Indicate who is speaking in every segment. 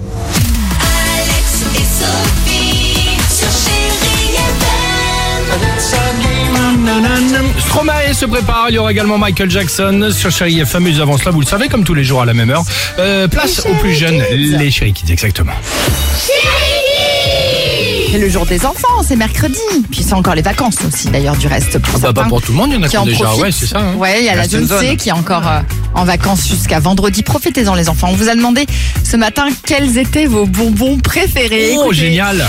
Speaker 1: Alex et Sophie sur Chérie FM.
Speaker 2: Stromae se prépare, il y aura également Michael Jackson sur Chéri FM. Ils avancent là, vous le savez, comme tous les jours à la même heure. Euh, place aux plus jeunes, les Chéri Kids, exactement.
Speaker 3: C'est le jour des enfants, c'est mercredi. Puis c'est encore les vacances aussi, d'ailleurs, du reste. Pour
Speaker 2: Bah, bah,
Speaker 3: certains
Speaker 2: pour tout le monde, il y en a
Speaker 3: qui
Speaker 2: qui
Speaker 3: en
Speaker 2: ont déjà.
Speaker 3: profitent.
Speaker 2: Ouais, c'est ça. hein.
Speaker 3: Ouais, il y a la
Speaker 2: Reste une
Speaker 3: zone C
Speaker 2: zone.
Speaker 3: qui est encore euh, en vacances jusqu'à vendredi. Profitez-en, les enfants. On vous a demandé ce matin quels étaient vos bonbons préférés.
Speaker 2: Oh,
Speaker 3: Écoutez,
Speaker 2: génial.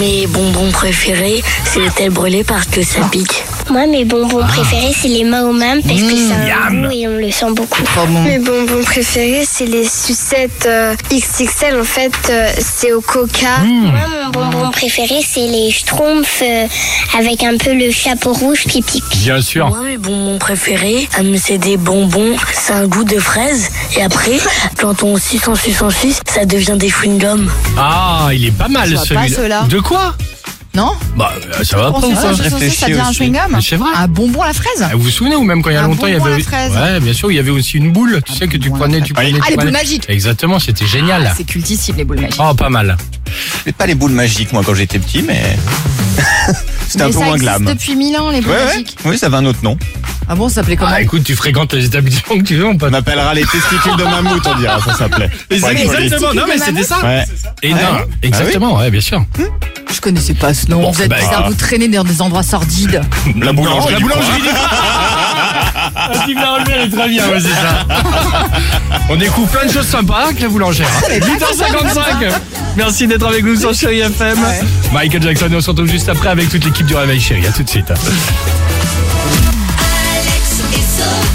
Speaker 4: Mes bonbons préférés, c'est le tel brûlé parce que ça pique.
Speaker 5: Moi, mes bonbons préférés, c'est les maomams parce que c'est un goût et on le sent beaucoup.
Speaker 3: Trop Oh, bon.
Speaker 5: Mmh, Mes bonbons préférés, c'est les sucettes euh, XXL. En fait, euh, c'est au coca. Mmh. Moi, mon bonbon préféré, c'est les schtroumpfs euh, avec un peu le chapeau rouge qui pique.
Speaker 2: Bien sûr.
Speaker 4: Moi, mes bonbons préférés, euh, c'est des bonbons, c'est un goût de fraise. Et après, quand on suce, on suce, on suce, ça devient des chewing-gums.
Speaker 2: Ah, il est pas mal
Speaker 3: Je vois pas
Speaker 2: celui-là.
Speaker 3: ceux-là.
Speaker 2: De quoi
Speaker 3: Non
Speaker 2: Bah, euh, ça va
Speaker 3: On
Speaker 2: pas
Speaker 3: se
Speaker 2: ou
Speaker 3: dit,
Speaker 2: quoi
Speaker 3: sauce, sauce, ça devient un chewing-gum
Speaker 2: Mais C'est vrai. Ah,
Speaker 3: Un bonbon à la fraise Ah,
Speaker 2: Vous vous souvenez ou même quand il y a
Speaker 3: Un
Speaker 2: longtemps, il y
Speaker 3: bonbon à
Speaker 2: avait.
Speaker 3: la fraise.
Speaker 2: Ouais, bien sûr, il y avait aussi une boule, tu sais, que tu
Speaker 3: bonbon à la
Speaker 2: prenais,
Speaker 3: fraise.
Speaker 2: tu prenais.
Speaker 3: Ah,
Speaker 2: tu
Speaker 3: les
Speaker 2: prenais.
Speaker 3: boules magiques. Ah,
Speaker 2: Exactement, c'était génial.
Speaker 3: C'est cultissime, les boules magiques.
Speaker 2: Oh, pas mal.
Speaker 6: Peut-être pas les boules magiques, moi, quand j'étais petit, mais. C'était un
Speaker 3: Mais
Speaker 6: peu
Speaker 3: ça
Speaker 6: moins
Speaker 3: existe
Speaker 6: glam.
Speaker 3: depuis mille ans, les boules
Speaker 6: Ouais, ouais.
Speaker 3: magiques.
Speaker 6: Oui, ça avait un autre nom.
Speaker 3: Ah bon, ça s'appelait comment
Speaker 2: Ah, écoute, tu fréquentes les établissements que tu veux, on peut.
Speaker 6: On appellera les testicules de mammouth, on dira, ça s'appelait. Pour être poli.
Speaker 2: Exactement, non, mais c'était ça.
Speaker 6: Ouais.
Speaker 2: Et non,
Speaker 6: Ah oui.
Speaker 2: exactement, ouais, bien sûr.
Speaker 3: Je connaissais pas ce nom.
Speaker 2: Bon,
Speaker 3: vous êtes
Speaker 2: bah,
Speaker 3: bizarre,
Speaker 6: ah.
Speaker 3: vous traînez dans des endroits sordides.
Speaker 6: La
Speaker 2: Non,
Speaker 6: boulangerie.
Speaker 2: la
Speaker 6: du coin.
Speaker 2: boulangerie. Steve Larollmer est très bien, ouais, c'est ça. On découvre plein de choses sympas avec la boulangère. hein. 8h55. Merci d'être avec nous sur Chéri FM. Michael Jackson, et on se retrouve juste après avec toute l'équipe du Réveil Chéri. À tout de suite.
Speaker 1: Alex et Sophie.